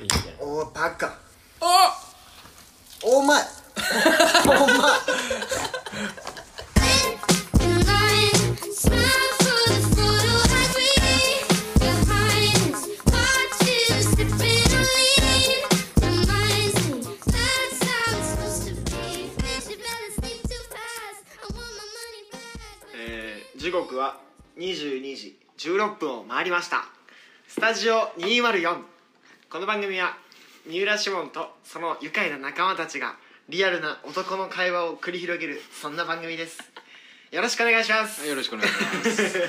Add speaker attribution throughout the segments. Speaker 1: いいんじゃない
Speaker 2: おーバカ
Speaker 1: あ
Speaker 2: お前お前
Speaker 3: Hey.
Speaker 2: えー、時刻は22時16分を回りましたスタジオ204この番組は三浦紫門とその愉快な仲間たちがリアルな男の会話を繰り広げるそんな番組ですよろしくお願いします、
Speaker 4: はいよろしくお願いします い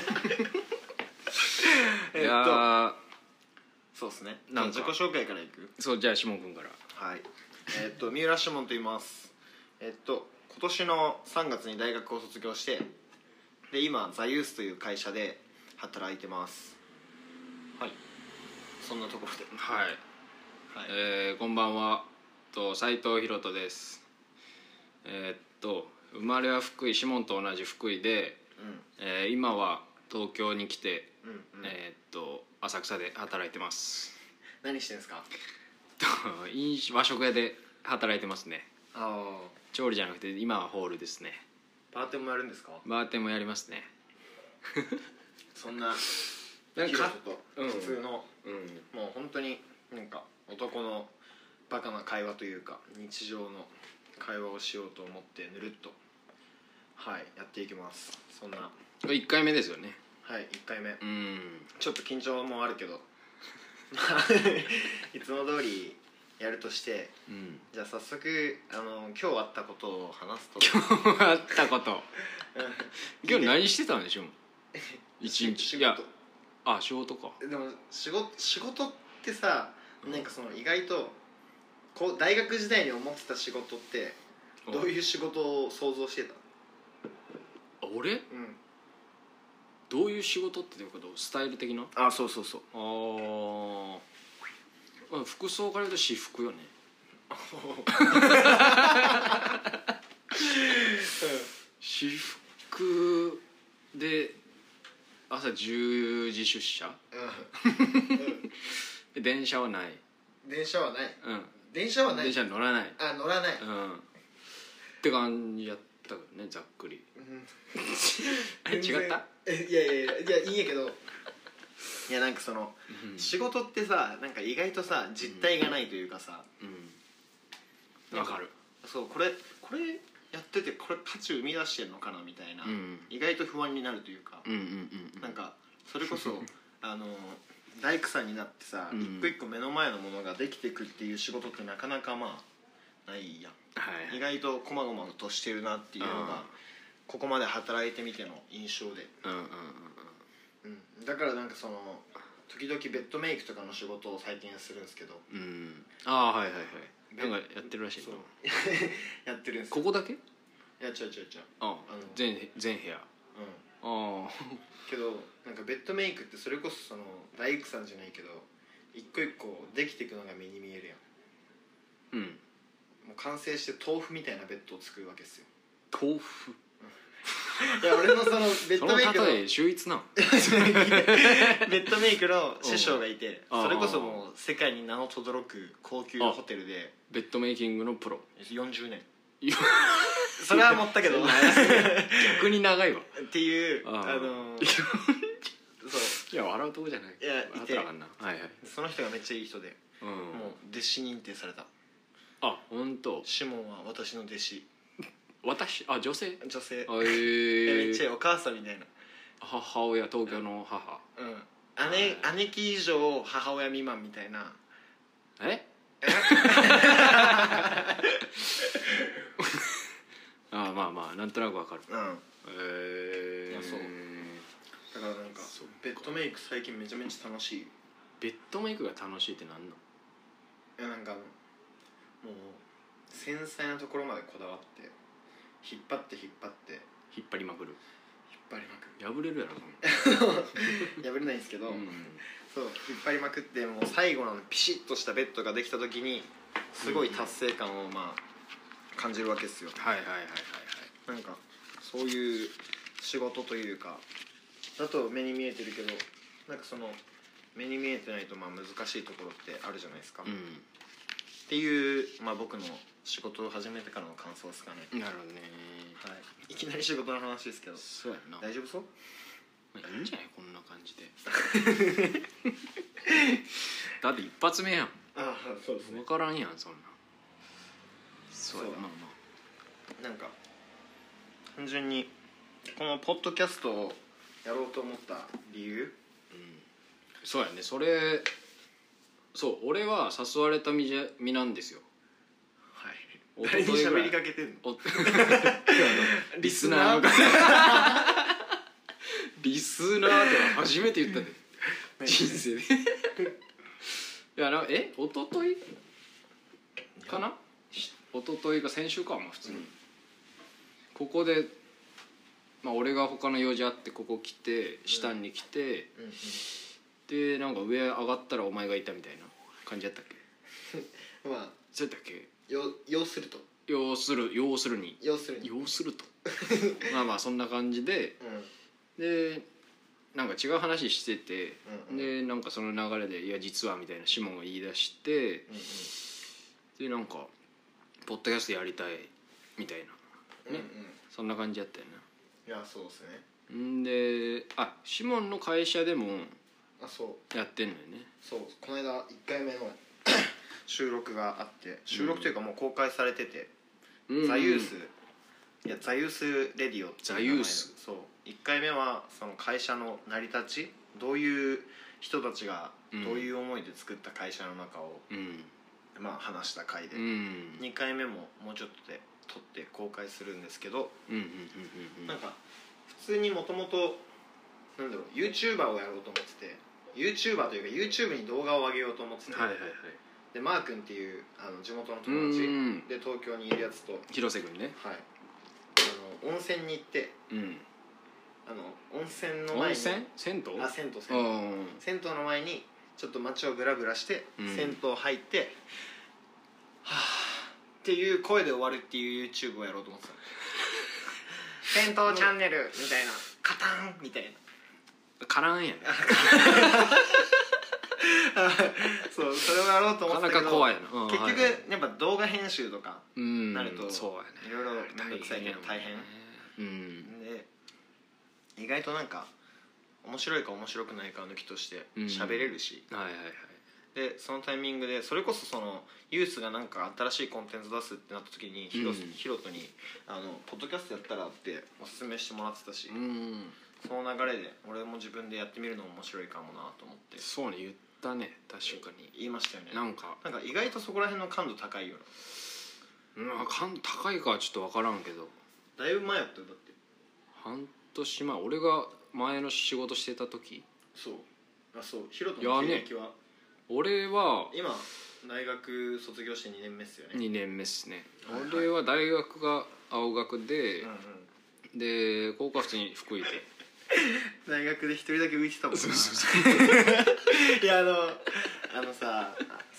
Speaker 2: え
Speaker 4: や
Speaker 2: ーっと
Speaker 4: ー
Speaker 2: そうですね
Speaker 4: なんか
Speaker 2: 自己紹介からいく
Speaker 4: そうじゃあシモン君から
Speaker 2: はいえーっと三浦紫門と言いますえーっと今年の3月に大学を卒業してで今ザユースという会社で働いてますはいそんなところで
Speaker 4: はい、
Speaker 2: はい
Speaker 4: えーこんばんはと斉藤博人ですえーっと生まれは福井シモンと同じ福井で、えー今は東京に来て、
Speaker 2: うんうんうん
Speaker 4: えーっと浅草で働いてます
Speaker 2: 何してんすか
Speaker 4: と飲酒和食屋で働いてますね
Speaker 2: ああ
Speaker 4: 調理じゃなくて今はホールですね
Speaker 2: パーティーもやるんですか
Speaker 4: バーテンもやりますね
Speaker 2: そんな
Speaker 4: なんか
Speaker 2: ヒロト
Speaker 4: うん
Speaker 2: と普通の、
Speaker 4: うん
Speaker 2: もう本当になんか男のバカな会話というか日常の会話をしようと思ってぬるっとはいやっていきますそんな
Speaker 4: これ1回目ですよね
Speaker 2: はい1回目
Speaker 4: うん
Speaker 2: ちょっと緊張もあるけど いつも通りやるとして
Speaker 4: うん
Speaker 2: じゃあ早速あの今日あったことを話すと
Speaker 4: あったこと今日 何してたんでしょう一
Speaker 2: 仕
Speaker 4: 日
Speaker 2: 事
Speaker 4: いやあ仕事か
Speaker 2: でも仕事仕事ってさなんかその意外とこう大学時代に思ってた仕事ってどういう仕事を想像してた
Speaker 4: あ俺
Speaker 2: うん
Speaker 4: どういう仕事っていうことスタイル的な
Speaker 2: あそうそうそう
Speaker 4: あーあ服装から言うと私服よね私服で朝10時出社で電車はない、
Speaker 2: 電車はない
Speaker 4: うん、
Speaker 2: 電車はない
Speaker 4: 電車に乗らない、
Speaker 2: あ乗らない
Speaker 4: うん、って感じやったよねざっくり あれ
Speaker 2: 全然
Speaker 4: 違った
Speaker 2: えいやいやいやいやいいんやけどいやなんかその
Speaker 4: うん
Speaker 2: 仕事ってさなんか意外とさ実体がないというかさ、
Speaker 4: うんわかる
Speaker 2: そうこれこれやっててこれ価値生み出してんのかなみたいな、
Speaker 4: うん
Speaker 2: 意外と不安になるというか、
Speaker 4: うんうんうん
Speaker 2: なんかそれこ そあの大工さんになってさ、
Speaker 4: うん
Speaker 2: 一個一個目の前のものができてくっていう仕事ってなかなかまあないやん
Speaker 4: はい
Speaker 2: 意外とこまごまとしてるなっていうの
Speaker 4: うん
Speaker 2: がここまで働いてみての印象で、
Speaker 4: うんうんうん
Speaker 2: うん、だからなんかその時々ベッドメイクとかの仕事を最近するんですけど
Speaker 4: うんうんああーはいはいはいなんかやってるらしい
Speaker 2: そ
Speaker 4: な
Speaker 2: う やってるんです
Speaker 4: ここだけ
Speaker 2: いや違う違う違うあ
Speaker 4: あ
Speaker 2: の
Speaker 4: 全全部屋あ
Speaker 2: うん
Speaker 4: あ
Speaker 2: けどなんかベッドメイクってそれこそその大工さんじゃないけど一個一個できていくのが目に見えるやん
Speaker 4: うん
Speaker 2: もう完成して豆腐みたいなベッドを作るわけですよ
Speaker 4: 豆腐
Speaker 2: いや俺の そのベッ
Speaker 4: そ
Speaker 2: ド
Speaker 4: の
Speaker 2: メイクの
Speaker 4: 例え秀逸なの
Speaker 2: ベッドメイクの師匠がいて
Speaker 4: うん
Speaker 2: それこそもう世界に名の轟く高級ホテルで
Speaker 4: ベッドメイキングのプロ
Speaker 2: 40年
Speaker 4: いや
Speaker 2: それは持ったけどっ
Speaker 4: 逆に長 いわ
Speaker 2: ていう
Speaker 4: あ
Speaker 2: あ
Speaker 4: ー
Speaker 2: のーそう
Speaker 4: いや笑うとこじゃない
Speaker 2: いやいて
Speaker 4: 笑ったらあかんなはいはい
Speaker 2: その人がめっちゃいい人で
Speaker 4: うん
Speaker 2: もう弟子認定された
Speaker 4: あ本当
Speaker 2: シモンは私の弟子
Speaker 4: 私あ女性
Speaker 2: 女性
Speaker 4: あ
Speaker 2: め
Speaker 4: え
Speaker 2: っち
Speaker 4: え
Speaker 2: ゃお母さんみたいな
Speaker 4: 母親東京の母
Speaker 2: うん姉姉貴以上母親未満みたいな
Speaker 4: え ああまあまあなんとなくわかる
Speaker 2: うん
Speaker 4: え
Speaker 2: いやそうだからなんか
Speaker 4: そっか
Speaker 2: ベッドメイク最近めちゃめちゃ楽しいい
Speaker 4: ベッドメイクが楽しいってなんなん
Speaker 2: やなんかあのもう繊細なところまでこだわって引っ張って引っ張って引っ
Speaker 4: 引っ張りまくる
Speaker 2: 張りま
Speaker 4: 破れるやろそん
Speaker 2: く破れないんですけど、
Speaker 4: な
Speaker 2: そう引っ張りまくってもう最後のピシッとしたベッドができた時にすごい達成感をまあ感じるわけですよ
Speaker 4: はいはいはいはいはい
Speaker 2: なんかそういう仕事というかだと目に見えてるけどなんかその目に見えてないとまあ難しいところってあるじゃないですか、
Speaker 4: う
Speaker 2: っ
Speaker 4: ん
Speaker 2: ていう、まあ、僕の仕事を始めてからの感想ですかね、
Speaker 4: なるほどね
Speaker 2: はい、いきなり仕事の話ですけど
Speaker 4: そうやな、ま
Speaker 2: 大丈夫そう
Speaker 4: あ、いいんじゃないこんな感じで だって一発目やん
Speaker 2: ああそうです
Speaker 4: 分からんやんそんなんそうや
Speaker 2: そうだ
Speaker 4: まあ
Speaker 2: なんか単純にこのポッドキャストをやろうと思った理由
Speaker 4: まあ、うん、そうやねそれそう俺は誘われた身じゃ身なんですよ
Speaker 2: はい
Speaker 4: 一
Speaker 2: 誰に
Speaker 4: 昨日ぐら
Speaker 2: 喋
Speaker 4: い
Speaker 2: りかけてんの
Speaker 4: お
Speaker 2: リ
Speaker 4: リ
Speaker 2: ス
Speaker 4: ス
Speaker 2: ナー
Speaker 4: ナーの方リスナーってのは初めて言ったで人生でいやなえ一昨日かなし一昨日が先週かまあ普通に、
Speaker 2: うん
Speaker 4: ここで、まあ、俺が他の用事あってここ来て下に来て、
Speaker 2: うんうん
Speaker 4: でなんか上上がったらお前がいたみたいな感じやったっけ
Speaker 2: まあ
Speaker 4: そうやったっけ
Speaker 2: 要要すると
Speaker 4: 要する要するに
Speaker 2: 要するに
Speaker 4: 要するとまあまあそんな感じで
Speaker 2: うん
Speaker 4: でなんか違う話してて、
Speaker 2: うんうん
Speaker 4: でなんかその流れで「いや実は」みたいなシモンが言い出して
Speaker 2: うん
Speaker 4: でなんか「ポッドキャストやりたい」みたいな
Speaker 2: うんうんうん
Speaker 4: ねそんな感じやったよ
Speaker 2: いやそうですね
Speaker 4: な。んであシモンの会社でも
Speaker 2: あそう
Speaker 4: やってんのよね
Speaker 2: そうこの間1回 目の収録があって収録というかもう公開されてて「ザユースいや「ザユースレディオ」っていう名前
Speaker 4: ザユース
Speaker 2: そう1回目はその会社の成り立ちどういう人たちが
Speaker 4: うん
Speaker 2: どういう思いで作った会社の中を、
Speaker 4: うん
Speaker 2: まあ、話した回で、
Speaker 4: うんうん
Speaker 2: 2回目ももうちょっとで撮って公開するんですけど、
Speaker 4: うんうんうんう
Speaker 2: なん
Speaker 4: ん
Speaker 2: か普通にもともとなんだろう YouTuber をやろうと思ってて YouTuber というか YouTube に動画を上げようと思ってて、
Speaker 4: はいはいはい
Speaker 2: でマー君っていうあの地元の
Speaker 4: う
Speaker 2: 友達、
Speaker 4: ん
Speaker 2: で東京にいるやつと、はい、
Speaker 4: 広瀬君ね
Speaker 2: あの温泉に行って
Speaker 4: うん
Speaker 2: あの温泉の前
Speaker 4: 温
Speaker 2: に
Speaker 4: 泉銭湯
Speaker 2: あ銭湯銭
Speaker 4: う
Speaker 2: 湯、
Speaker 4: んうん
Speaker 2: 銭湯の前にちょっと街をブラブラして、
Speaker 4: うん
Speaker 2: 銭湯入ってはぁっていう声で終わるっていう YouTube をやろうと思 ってた銭湯チャンネルみたいなカタンみたいな
Speaker 4: からんやね
Speaker 2: そうそれをやろうと
Speaker 4: な
Speaker 2: 思
Speaker 4: か
Speaker 2: ってた
Speaker 4: な
Speaker 2: け
Speaker 4: か
Speaker 2: ど
Speaker 4: 怖いなうん
Speaker 2: 結
Speaker 4: はい
Speaker 2: 局
Speaker 4: はい
Speaker 2: やっぱ動画編集とか
Speaker 4: うん
Speaker 2: なると
Speaker 4: そうやね
Speaker 2: いろいろ面倒くさいけど大変
Speaker 4: うん
Speaker 2: で意外となんか面白いか面白くないかは抜きとして
Speaker 4: うん
Speaker 2: 喋れるし、
Speaker 4: はいはいはい
Speaker 2: でそのタイミングでそれこそそのユースがなんか新しいコンテンツ出すってなった時にヒロ,、
Speaker 4: うん
Speaker 2: ヒロトにあの「ポッドキャストやったら?」っておすすめしてもらってたし、
Speaker 4: うん
Speaker 2: その流れで俺も自分でやってみるのも面白いかもなと思って
Speaker 4: そうね言ったね確かに
Speaker 2: 言いましたよね
Speaker 4: なんか
Speaker 2: なんか意外とそこら辺の感度高いよう
Speaker 4: まあかん高いかはちょっと分からんけど
Speaker 2: なだいぶ前やったよだって
Speaker 4: 半年前俺が前の仕事してた時
Speaker 2: そうあそうヒロト
Speaker 4: いや
Speaker 2: の経
Speaker 4: ね
Speaker 2: 歴は、
Speaker 4: 俺は
Speaker 2: 今大学卒業して2年目っすよね
Speaker 4: 2年目っすね
Speaker 2: はいはい
Speaker 4: 俺は大学が青学で
Speaker 2: うんうん
Speaker 4: で高校は普通に福井で
Speaker 2: 大学で一人だけ浮いてたもんな
Speaker 4: そうそうそ
Speaker 2: いやあのあのさ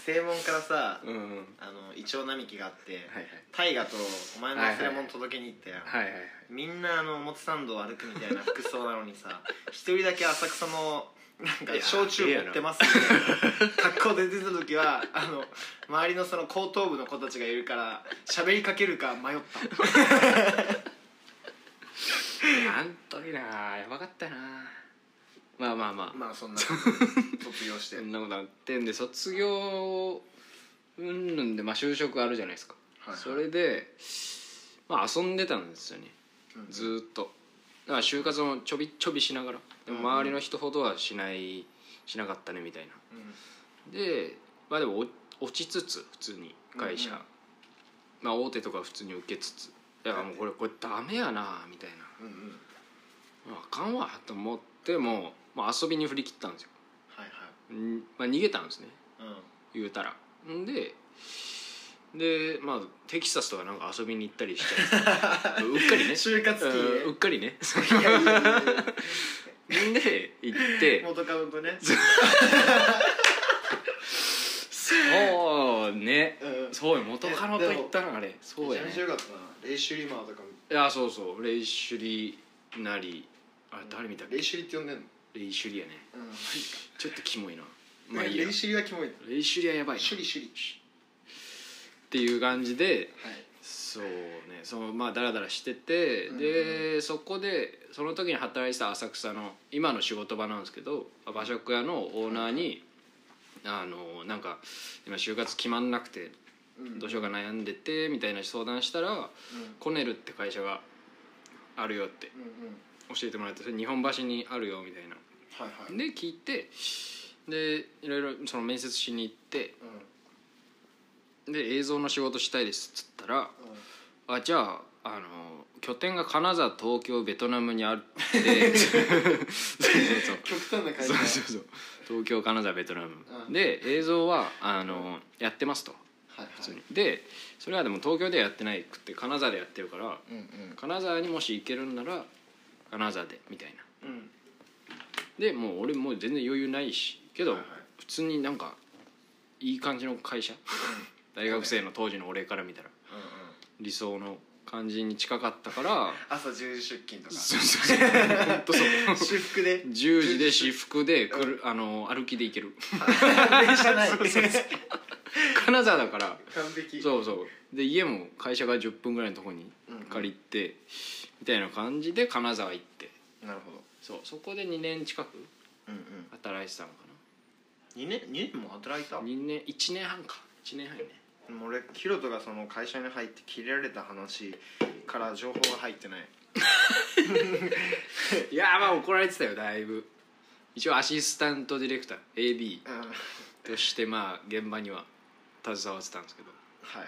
Speaker 2: 正門からさ
Speaker 4: うんうん
Speaker 2: あのイチョウ並木があって
Speaker 4: はい
Speaker 2: 大ガとお前の忘れ物届けに行ったやん、
Speaker 4: はいはいはいはい
Speaker 2: みんなあの表参道を歩くみたいな服装なのにさ一人だけ浅草のなん
Speaker 4: い
Speaker 2: か
Speaker 4: や
Speaker 2: 焼酎持ってますみたいな格好で出てた時はあの周りのその後頭部の子たちがいるから喋りかけるか迷った
Speaker 4: いやあん時なやばかったなまあまあまあ
Speaker 2: まあそんな卒業して
Speaker 4: そんなことあってんで卒業うんぬんで、まあ、就職あるじゃないですか、
Speaker 2: はいはい
Speaker 4: それで、まあ、遊んでたんですよね
Speaker 2: うん
Speaker 4: ずーっとだから就活もちょびちょびしながらでも周りの人ほどはしないしなかったねみたいなでまあでもお落ちつつ普通に会社、
Speaker 2: うんうん
Speaker 4: まあ大手とか普通に受けつつだからもうこれこれダメやなみたいな
Speaker 2: うんうんうん
Speaker 4: あかんわと思ってもう、まあ、遊びに振り切ったんですよ、
Speaker 2: はいはい
Speaker 4: んまあ、逃げたんですね
Speaker 2: う
Speaker 4: 言うたらんででまあテキサスとかなんか遊びに行ったりして うっかり
Speaker 2: ん
Speaker 4: ね
Speaker 2: 就活期
Speaker 4: うんうっかりね
Speaker 2: いやいやいや
Speaker 4: で行っ
Speaker 2: いや
Speaker 4: て
Speaker 2: 元カノと ね
Speaker 4: そうね
Speaker 2: うん
Speaker 4: そうよ元カノと行ったなあれそうや
Speaker 2: め
Speaker 4: ね
Speaker 2: ちゃめちゃよかったなレイシュリマーとか
Speaker 4: いやそうそうレイシュリなりあれ誰見たっけ
Speaker 2: レイシュリって呼んでんの
Speaker 4: レレイシュリアね
Speaker 2: うん
Speaker 4: ちょっとキモいなまあいいや
Speaker 2: 練習はキモい
Speaker 4: レイシュリアやばいな
Speaker 2: シュ
Speaker 4: っ
Speaker 2: リシュリ
Speaker 4: ていう感じで
Speaker 2: はい
Speaker 4: そうねそのまあダラダラしてて、
Speaker 2: うん
Speaker 4: でそこでその時に働いてた浅草の今の仕事場なんですけど和食屋のオーナーに「あのなんか今就活決まんなくて
Speaker 2: うん
Speaker 4: どうしようか悩んでて」みたいな相談したら
Speaker 2: うん
Speaker 4: 「コネルって会社があるよ」って
Speaker 2: うんうん
Speaker 4: 教えてもらってそれ日本橋にあるよみたいな。
Speaker 2: はいはい
Speaker 4: で聞いてでいろいろその面接しに行って
Speaker 2: うん
Speaker 4: で映像の仕事したいですっつったら
Speaker 2: うん
Speaker 4: あじゃああの拠点が金沢東京ベトナムにあってそうそう
Speaker 2: 極端な感
Speaker 4: そ
Speaker 2: じだ
Speaker 4: うそうそうそう東京金沢ベトナム、
Speaker 2: うん
Speaker 4: で映像はあのやってますと
Speaker 2: はいはい
Speaker 4: 普通にでそれはでも東京ではやってないくって金沢でやってるから
Speaker 2: うんうん
Speaker 4: 金沢にもし行けるんなら金沢でみたいな
Speaker 2: うん
Speaker 4: でもう俺もう全然余裕ないしけど、
Speaker 2: はいはい
Speaker 4: 普通になんかいい感じの会社大学生の当時の俺から見たら
Speaker 2: うんうん
Speaker 4: 理想の感じに近かったから
Speaker 2: 朝10時出 勤とか
Speaker 4: そうそうそう本当そう
Speaker 2: 私 服で
Speaker 4: 10時 で私服でくるあの歩きで行 ける
Speaker 2: 電車 ない
Speaker 4: そうそうそう金沢だから
Speaker 2: 完璧
Speaker 4: そうそうで家も会社が10分ぐらいのとこに
Speaker 2: うんうん
Speaker 4: 借りてみたいな感じで金沢行って
Speaker 2: なるほど
Speaker 4: そうそこで2年近く
Speaker 2: うんうん
Speaker 4: 働いてたのか
Speaker 2: 2年二年も働いた
Speaker 4: な2年1年半か1年半やね
Speaker 2: でも俺ヒロトがその会社に入って切れられた話から情報が入ってない
Speaker 4: いやーまあ怒られてたよだいぶ一応アシスタントディレクター AB
Speaker 2: うんはい
Speaker 4: としてまあ現場には携わってたんですけど
Speaker 2: は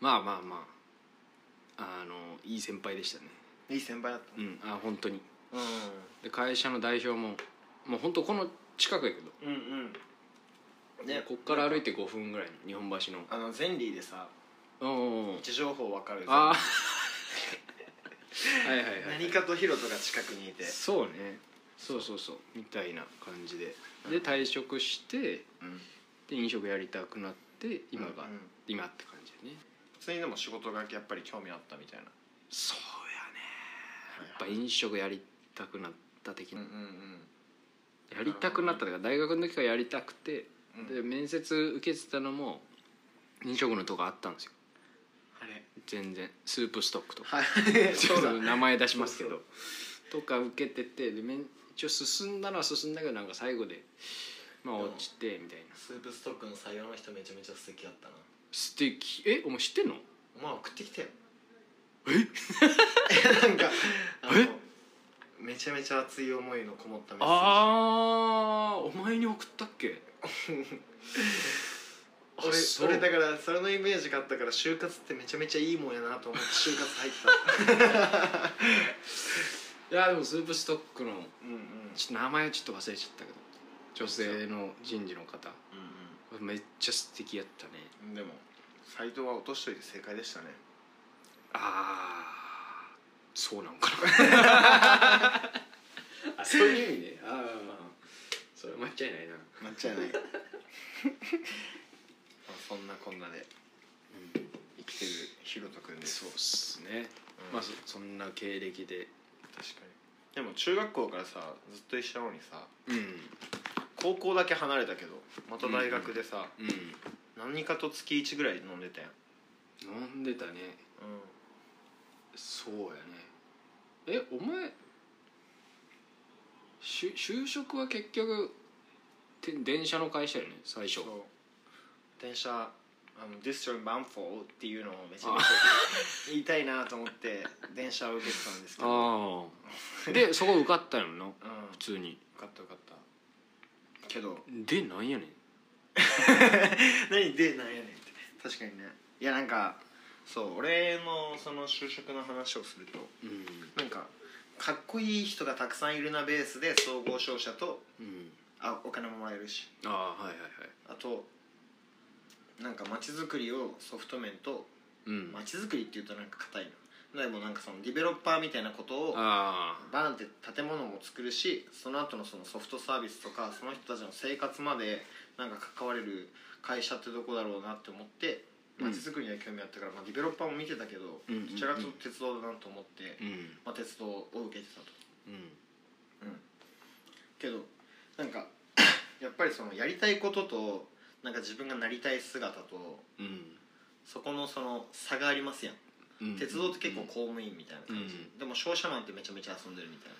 Speaker 4: まあまあまああのいい先輩でしたね
Speaker 2: いいい先輩だっ
Speaker 4: うんあ本当に
Speaker 2: たうん
Speaker 4: で会社の代表ももう本当この近くやけど
Speaker 2: うんうんね
Speaker 4: こっから歩いて5分ぐらいの日本橋の
Speaker 2: あのゼンリーでさ
Speaker 4: うんうんうん
Speaker 2: 位置情報わかる
Speaker 4: ああはいはいはい
Speaker 2: 何かとヒロトが近くにいて
Speaker 4: そうねそうそうそうみたいな感じでで退職して
Speaker 2: うん
Speaker 4: で飲食やりたくなって今が、
Speaker 2: うんうん
Speaker 4: 今って感じだね
Speaker 2: 普通にでも仕事がやっぱり興味あったみたいな
Speaker 4: そうやね
Speaker 2: はい
Speaker 4: やっぱ飲食やりたくなった的
Speaker 2: うん
Speaker 4: な、
Speaker 2: うんうん
Speaker 4: やりたくなったとか大学の時からやりたくて、
Speaker 2: うん
Speaker 4: で面接受けてたのも飲食のとこあったんですよ
Speaker 2: あれ
Speaker 4: 全然スープストックとか
Speaker 2: はい
Speaker 4: ちょ
Speaker 2: そう
Speaker 4: っ
Speaker 2: だ
Speaker 4: と名前出しますけど
Speaker 2: そう
Speaker 4: とか受けててで面一応進んだのは進んだけどなんか最後でまあ
Speaker 2: うん
Speaker 4: 落ちてみたいな、
Speaker 2: スープストックの採用の人めちゃめちゃ素敵だったな
Speaker 4: 素敵えお前知ってんの
Speaker 2: お前送ってきたよ えなんかあの
Speaker 4: え
Speaker 2: めちゃめちゃ熱い思いのこもったメッセージ
Speaker 4: ああお前に送ったっ けあそう
Speaker 2: 俺俺だからそれのイメージがあったから就活ってめちゃめちゃいいもんやなと思って就活入っ
Speaker 4: いやでもスープストックの
Speaker 2: た うんうん
Speaker 4: ちょっと名前はちょっと忘れちゃったけど女性の人事の方めっちゃ素敵やったね
Speaker 2: うんうんでも斎藤は落としといて正解でしたね
Speaker 4: ああそうなんかな あそういう意味ねああそれ間違いないな
Speaker 2: 間違いないまあそんなこんなで生きてるひろとくんです、
Speaker 4: そうっすね、
Speaker 2: うん
Speaker 4: まあそそんな経歴で
Speaker 2: 確かにでも中学校からさずっと一緒なのにさ
Speaker 4: うん
Speaker 2: 高校だけ離れたけどまた大学でさ、
Speaker 4: うん
Speaker 2: 何かと月1ぐらい飲んでたやん、
Speaker 4: 飲んでたね
Speaker 2: うん、
Speaker 4: そうやねえお前しゅ就職は結局て電車の会社よね最初
Speaker 2: そう電車あの「This train bound for」っていうのをめちゃ
Speaker 4: あ
Speaker 2: めちゃ 言いたいなと思って電車を受けてたんですけど
Speaker 4: ああでそこ受かったよな
Speaker 2: うんよ
Speaker 4: 普通に
Speaker 2: かったよかったけど
Speaker 4: でなんやねん
Speaker 2: 何でなんやねんって確かにねいやなんかそう俺のその就職の話をすると
Speaker 4: うん
Speaker 2: なんかかっこいい人がたくさんいるなベースで総合商社と
Speaker 4: うん
Speaker 2: あお金ももらえるし
Speaker 4: ああはいはいはい
Speaker 2: あとなんか街づくりをソフト面と
Speaker 4: うん
Speaker 2: 街づくりっていうとなんか硬いなでもなんかそのディベロッパーみたいなことを
Speaker 4: あ
Speaker 2: バーンって建物も作るしその後のそのソフトサービスとかその人たちの生活までなんか関われる会社ってどこだろうなって思って
Speaker 4: うん
Speaker 2: 街づくりには興味あったから、まあ、ディベロッパーも見てたけど
Speaker 4: うんうんうん
Speaker 2: どちらかというと鉄道だなと思って、
Speaker 4: あうん
Speaker 2: まあ、鉄道を受けてたと、
Speaker 4: うん
Speaker 2: うん、けどなんか やっぱりそのやりたいこととなんか自分がなりたい姿と
Speaker 4: うん
Speaker 2: そこのその差がありますやん
Speaker 4: うん
Speaker 2: 鉄道って結構公務員みたいな感じ、
Speaker 4: う
Speaker 2: でも商社マンってめちゃめちゃ遊んでるみたい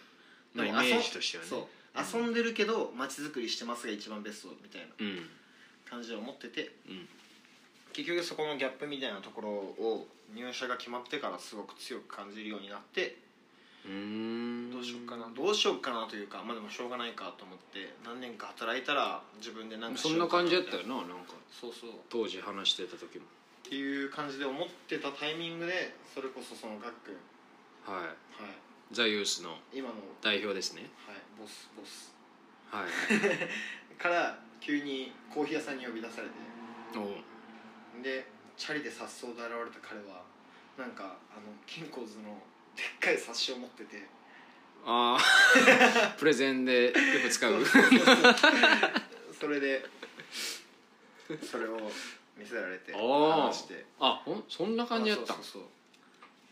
Speaker 4: ま
Speaker 2: な
Speaker 4: あイ
Speaker 2: でも遊ん
Speaker 4: メージとしてはね
Speaker 2: そう遊んでるけど街づくりしてますが一番ベストみたいな
Speaker 4: うん
Speaker 2: 感じを持ってて
Speaker 4: うん
Speaker 2: 結局そこのギャップみたいなところを入社が決まってからすごく強く感じるようになって
Speaker 4: うーん
Speaker 2: どうしようかなどうしようかなというかまあでもしょうがないかと思って何年か働いたら自分で何かし
Speaker 4: そ
Speaker 2: よ
Speaker 4: ん
Speaker 2: う
Speaker 4: な
Speaker 2: か
Speaker 4: 感じだ
Speaker 2: み
Speaker 4: ったよ
Speaker 2: い
Speaker 4: ななんか
Speaker 2: そうそうっ
Speaker 4: 当時話してた時も
Speaker 2: ていう感じで思ってたタイミングでそれこそそのガックン
Speaker 4: は
Speaker 2: はい
Speaker 4: ザ・ユースの
Speaker 2: い今の、はい、
Speaker 4: 代表ですね
Speaker 2: ボスボス
Speaker 4: はい
Speaker 2: から急にコーヒー屋さんに呼び出されて
Speaker 4: おう
Speaker 2: でチャリで颯爽と現れた彼はなんかあの金庫図のでっかい冊子を持ってて
Speaker 4: ああ プレゼンでよく使う
Speaker 2: それでそれを見せられて
Speaker 4: あ
Speaker 2: 話して
Speaker 4: ああほんそんな感じだった
Speaker 2: あ
Speaker 4: ん
Speaker 2: そうそう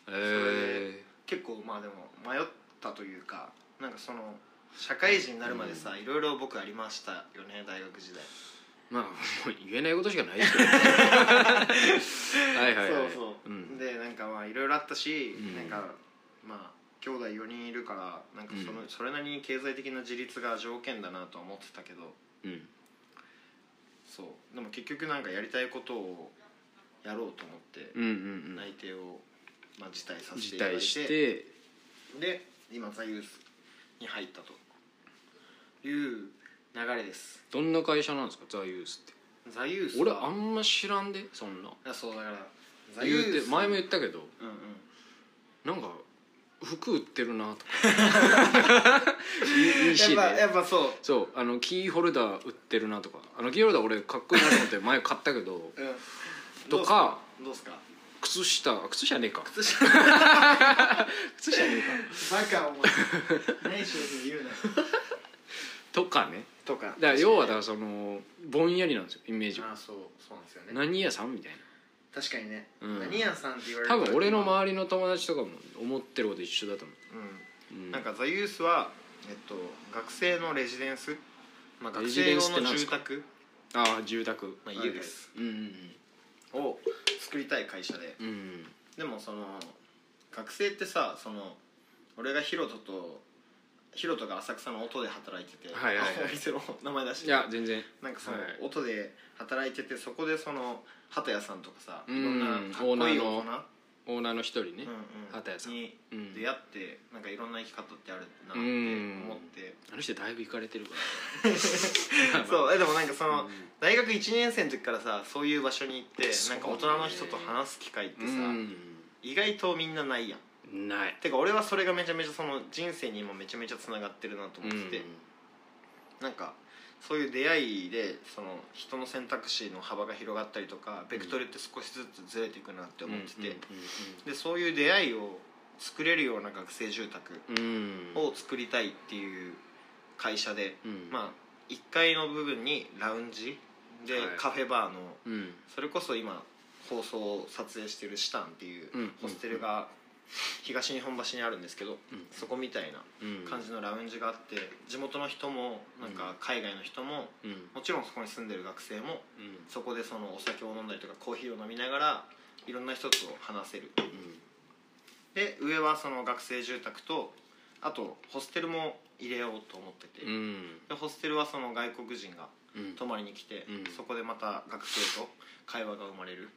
Speaker 2: そう
Speaker 4: へ
Speaker 2: れ
Speaker 4: え
Speaker 2: 結構まあでも迷ったというかなんかその社会人になるまでさ、いろいろ僕ありましたよね大学時代
Speaker 4: まあもう言えないことしかないですけどはいはいはい
Speaker 2: そうそう、
Speaker 4: ん
Speaker 2: でなんかまあいろいろあったし、
Speaker 4: うん
Speaker 2: なんかまあ兄弟4人いるからなんかその、
Speaker 4: うん
Speaker 2: それなりに経済的な自立が条件だなとは思ってたけど
Speaker 4: うん
Speaker 2: そうでも結局なんかやりたいことをやろうと思って、
Speaker 4: うんうん
Speaker 2: 内定を、まあ、辞退さ
Speaker 4: うん
Speaker 2: せて
Speaker 4: 辞
Speaker 2: いただい
Speaker 4: 退して
Speaker 2: で今ザユースに入ったという流れです
Speaker 4: どんな会社なんですかザ・ユースって
Speaker 2: ザユース
Speaker 4: 俺あんま知らんでそんな
Speaker 2: あそうだからザユ
Speaker 4: 言
Speaker 2: ー
Speaker 4: う
Speaker 2: ス
Speaker 4: て前も言ったけど
Speaker 2: うんうん
Speaker 4: なんか服売ってるなとかいいい
Speaker 2: やっ
Speaker 4: し
Speaker 2: ぱ
Speaker 4: ね
Speaker 2: やっぱそう
Speaker 4: そうあのキーホルダー売ってるなとかあのキーホルダー俺かっこいいなと思って前買ったけど
Speaker 2: うん
Speaker 4: とか
Speaker 2: どうすか
Speaker 4: 靴下あ靴下ねえか
Speaker 2: どうすか
Speaker 4: 靴下ねえ
Speaker 2: バ
Speaker 4: か
Speaker 2: カお前何商品言うな
Speaker 4: とかね
Speaker 2: とか
Speaker 4: だから要はだからそのぼんやりなんですよイメージは
Speaker 2: ああそうそうなんですよね
Speaker 4: 何屋さんみたい
Speaker 2: 確かにね、
Speaker 4: うん
Speaker 2: 何屋さんって言われ
Speaker 4: な
Speaker 2: る
Speaker 4: 多
Speaker 2: と
Speaker 4: 分俺の周りの友達とかも思ってること一緒だと思う、
Speaker 2: う
Speaker 4: う、
Speaker 2: んん、なんかザユースはえっと学生のレジデンスまあ
Speaker 4: レ
Speaker 2: 学
Speaker 4: ジ
Speaker 2: 生
Speaker 4: デンス
Speaker 2: 用
Speaker 4: って
Speaker 2: の
Speaker 4: なんです
Speaker 2: 住
Speaker 4: か
Speaker 2: 宅
Speaker 4: ああ住宅
Speaker 2: まあ家です
Speaker 4: はいはいうん
Speaker 2: を作りたい会社で
Speaker 4: うんうん
Speaker 2: でもその学生ってさその俺がヒロトとヒロトが浅草の音で働いてて、
Speaker 4: はいはいはい
Speaker 2: お店の名前出し
Speaker 4: い
Speaker 2: て
Speaker 4: や全然
Speaker 2: なんかその、
Speaker 4: はい
Speaker 2: 音で働いててそこでその鳩屋さんとかさ
Speaker 4: う
Speaker 2: い
Speaker 4: ん
Speaker 2: ろんなかっこいい大人
Speaker 4: オーオーナーの一人ね、
Speaker 2: うんうん
Speaker 4: 鳩屋さん
Speaker 2: に
Speaker 4: うん
Speaker 2: 出会ってなんかいろんな生き方ってあるなって
Speaker 4: うん
Speaker 2: 思 って
Speaker 4: あの人だいぶ行かれてるか
Speaker 2: そうえでもなんかそ
Speaker 4: ら
Speaker 2: の大学1年生の時からさそういう場所に行って
Speaker 4: そう
Speaker 2: なん
Speaker 4: ね
Speaker 2: か大人の人と話す機会ってさ
Speaker 4: う
Speaker 2: 意外とみんなないやん
Speaker 4: んない
Speaker 2: てか俺はそれがめちゃめちゃその人生に今めちゃめちゃつながってるなと思っててなんかそういう出会いでその人の選択肢の幅が広がったりとかベクトルって少しずつずれていくなって
Speaker 4: うん
Speaker 2: 思ってて、
Speaker 4: う
Speaker 2: でそういう出会いを作れるような学生住宅
Speaker 4: んうん
Speaker 2: を作りたいっていう会社で、
Speaker 4: うん
Speaker 2: まあ1階の部分にラウンジで
Speaker 4: はい
Speaker 2: カフェバーの
Speaker 4: うん
Speaker 2: それこそ今放送を撮影してるシタンっていう
Speaker 4: うん
Speaker 2: ホステルが東日本橋にあるんですけど
Speaker 4: うん
Speaker 2: そこみたいな
Speaker 4: うん
Speaker 2: 感じのラウンジがあって地元の人もなんか海外の人も
Speaker 4: うん
Speaker 2: もちろんそこに住んでる学生も
Speaker 4: うん
Speaker 2: そこでそのお酒を飲んだりとかコーヒーを飲みながらいろんな人と話せるで上はその学生住宅とあとホステルも入れようと思ってて、
Speaker 4: うんうん
Speaker 2: でホステルはその外国人が
Speaker 4: うん
Speaker 2: 泊まりに来て、
Speaker 4: うん
Speaker 2: そこでまた学生と会話が生まれる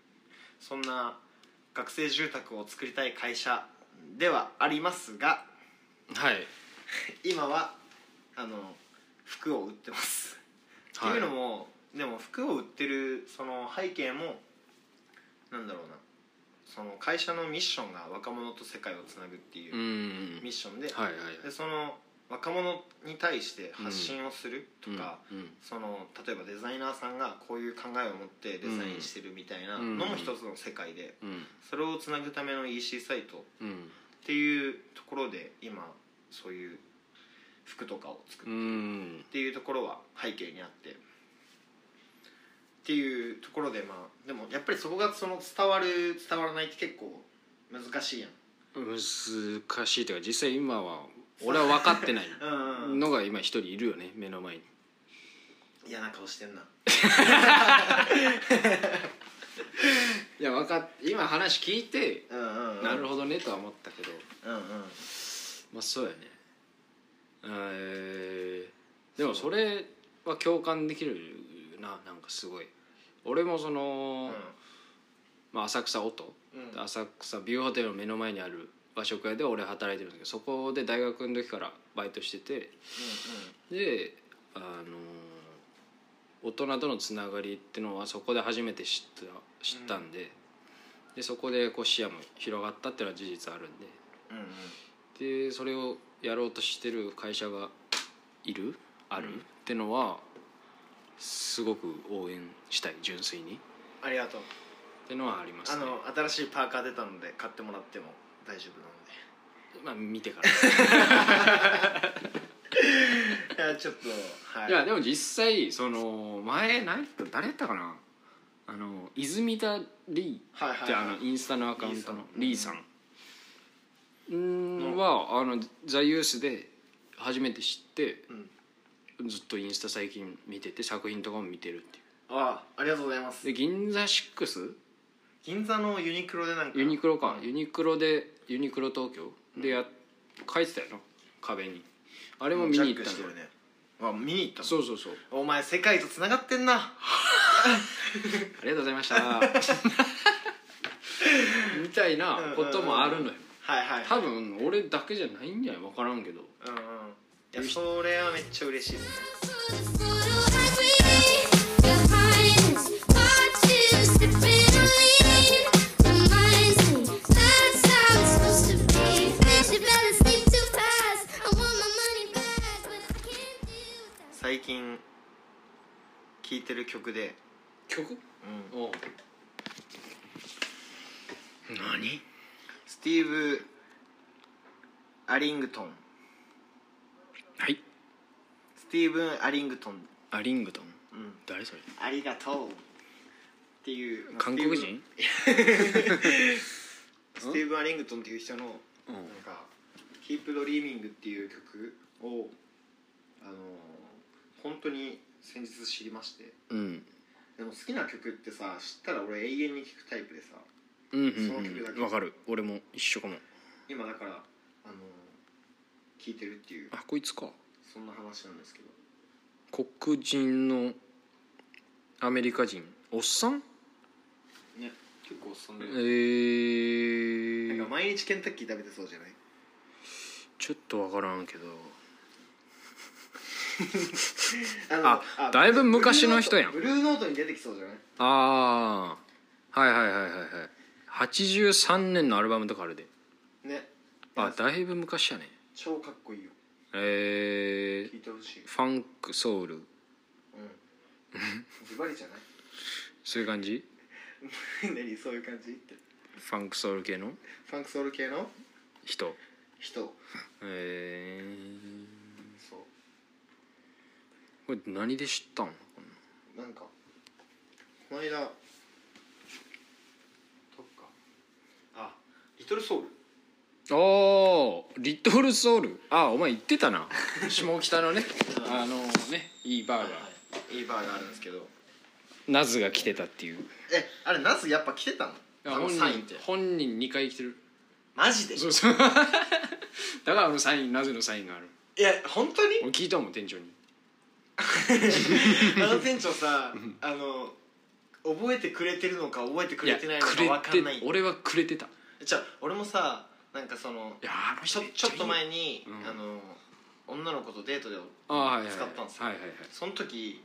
Speaker 2: そんな学生住宅を作りたい会社ではありますが
Speaker 4: はい
Speaker 2: 今はあの服を売ってます、
Speaker 4: はい
Speaker 2: っていうのもでも服を売ってるその背景もなんだろうなその会社のミッションが若者と世界をつなぐっていううんミッションで,、
Speaker 4: はいはいはい
Speaker 2: でその若者に対して発信をするとか、
Speaker 4: うん
Speaker 2: その例えばデザイナーさんがこういう考えを持ってデザインしてるみたいな
Speaker 4: うん
Speaker 2: のも一つの世界で
Speaker 4: うん
Speaker 2: それをつなぐための EC サイトっ
Speaker 4: うん
Speaker 2: ていうところで今そういう服とかを作
Speaker 4: う
Speaker 2: る
Speaker 4: ん
Speaker 2: っていうところは背景にあってっていうところでまあでもやっぱりそこがその伝わる伝わらないって結構難しいやん
Speaker 4: 難しいというか実際今は俺は分か ってない
Speaker 2: うんうん
Speaker 4: のが今一人いるよね目の前に
Speaker 2: 嫌な顔してんない
Speaker 4: や分かっ今話聞いて
Speaker 2: うんうんうん
Speaker 4: なるほどねとは思ったけど
Speaker 2: うんうん
Speaker 4: まあそうやねえーでもそれは共感できるななんかすごい俺もその、まあ、浅草音、
Speaker 2: うん
Speaker 4: 浅草ビューホテルの目の前にある和食屋で俺働いてるんだけどそこで大学の時からバイトしててであの大人とのつながりってのはそこで初めて知った知ったんで,、でそこでこう視野も広がったっていうのは事実あるんで。
Speaker 2: うんうんうん
Speaker 4: でそれをやろうとしてる会社がいるある、
Speaker 2: うん
Speaker 4: ってのはすごく応援したい純粋にっ
Speaker 2: ありがとう
Speaker 4: てのはあります
Speaker 2: あ
Speaker 4: ね
Speaker 2: の新しいパーカー出たので買ってもらっても大丈夫
Speaker 4: まあ見てから
Speaker 2: なのでいやちょっとはい
Speaker 4: いやでも実際その前何誰やったかなあの泉田リ
Speaker 2: はい
Speaker 4: ーっ
Speaker 2: はい
Speaker 4: て
Speaker 2: は
Speaker 4: あ
Speaker 2: い
Speaker 4: のインスタのアカウントのリ
Speaker 2: リ
Speaker 4: ー
Speaker 2: ー
Speaker 4: さ
Speaker 2: さ
Speaker 4: ん
Speaker 2: ん
Speaker 4: うんはあの「ザ・ユースで初めて知って
Speaker 2: うん
Speaker 4: ずっとインスタ最近見てて作品とかも見てるってい
Speaker 2: あありがとうございま
Speaker 4: う
Speaker 2: す
Speaker 4: で銀座6
Speaker 2: 銀座のユニクロでなんか
Speaker 4: ユニクロか、
Speaker 2: うん
Speaker 4: ユニクロでユニクロ東京でやっ書いてたよな壁にあれも見に行った
Speaker 2: ジャックして
Speaker 4: の
Speaker 2: るねあ見に行ったの
Speaker 4: そうそうそう
Speaker 2: お前世界とつながってんな
Speaker 4: ありがとうございました みたいなこともあるのよ
Speaker 2: はいはい
Speaker 4: 多分俺だけじゃないんじゃない分からんけど
Speaker 2: うんうんいやそれはめっちゃ嬉しいですね最近聴いてる曲で
Speaker 4: 曲
Speaker 2: うん
Speaker 4: おう何
Speaker 2: スティーブ・アリングトン
Speaker 4: はい
Speaker 2: スティーブン・アリングトン、
Speaker 4: アリングトン
Speaker 2: うん、
Speaker 4: 誰それ
Speaker 2: ありがとうっていう
Speaker 4: 韓国人
Speaker 2: スティーブン・アリングトンっていう人の
Speaker 4: うん
Speaker 2: なんか「Keep Dreaming」っていう曲をあのー本当に先日知りまして
Speaker 4: うん
Speaker 2: でも好きな曲ってさ知ったら俺永遠に聴くタイプでさ
Speaker 4: うんう
Speaker 2: その
Speaker 4: ん
Speaker 2: 曲だ
Speaker 4: う
Speaker 2: け
Speaker 4: んわかる俺も一緒かも
Speaker 2: 今だからあのー聴いてるっていう
Speaker 4: あこいつか
Speaker 2: そんな話なんですけど
Speaker 4: 黒人のアメリカ人おっさん
Speaker 2: ね結構そん
Speaker 4: え
Speaker 2: ななんか
Speaker 4: ー、
Speaker 2: 毎日ケンタッキー食べてそうじゃない
Speaker 4: ちょっとわからんけど
Speaker 2: あ
Speaker 4: あだいぶ昔の人やん
Speaker 2: ブルーノートに出てきそうじゃない
Speaker 4: ああはいはいはいはいはい83年のアルバムとかあるで
Speaker 2: ね
Speaker 4: あだいぶ昔やね
Speaker 2: 超かっこいいよ
Speaker 4: え
Speaker 2: 聞いてほしい
Speaker 4: ー、ファンクソウル
Speaker 2: うんズバリじゃない
Speaker 4: そういう感じ
Speaker 2: 何そういう感じって
Speaker 4: ファンクソウル系の
Speaker 2: ファンクソウル系の
Speaker 4: 人
Speaker 2: 人
Speaker 4: え
Speaker 2: そう
Speaker 4: ー、これ何で知ったん
Speaker 2: なんかこの間どっかあリトルソウル
Speaker 4: あーリトルソウルあーお前言っ てたな下北のねあのねいいバーガー
Speaker 2: いいバーがあるんですけど
Speaker 4: ナズが来てたっていう
Speaker 2: えあれナスやっぱ来てたのあの
Speaker 4: 本
Speaker 2: サインっ
Speaker 4: 人
Speaker 2: て
Speaker 4: 本人2回来てる
Speaker 2: マジで
Speaker 4: そうそう だからあのサインナズのサインがある
Speaker 2: いや本当に
Speaker 4: 俺聞いたもん店長に
Speaker 2: あの店長さ あの覚えてくれてるのか覚えてくれてないの
Speaker 4: くれ
Speaker 2: かわかんない
Speaker 4: て俺はくれてたい
Speaker 2: じゃあ俺もさなんかその
Speaker 4: やあの
Speaker 2: ち
Speaker 4: 人
Speaker 2: ょ
Speaker 4: めち
Speaker 2: ち
Speaker 4: ゃ
Speaker 2: ょ
Speaker 4: いい
Speaker 2: っと前に、
Speaker 4: うん
Speaker 2: あの女の子とデートで
Speaker 4: あーはいはいはい
Speaker 2: 使ったんですよ、
Speaker 4: はいはいはい
Speaker 2: その時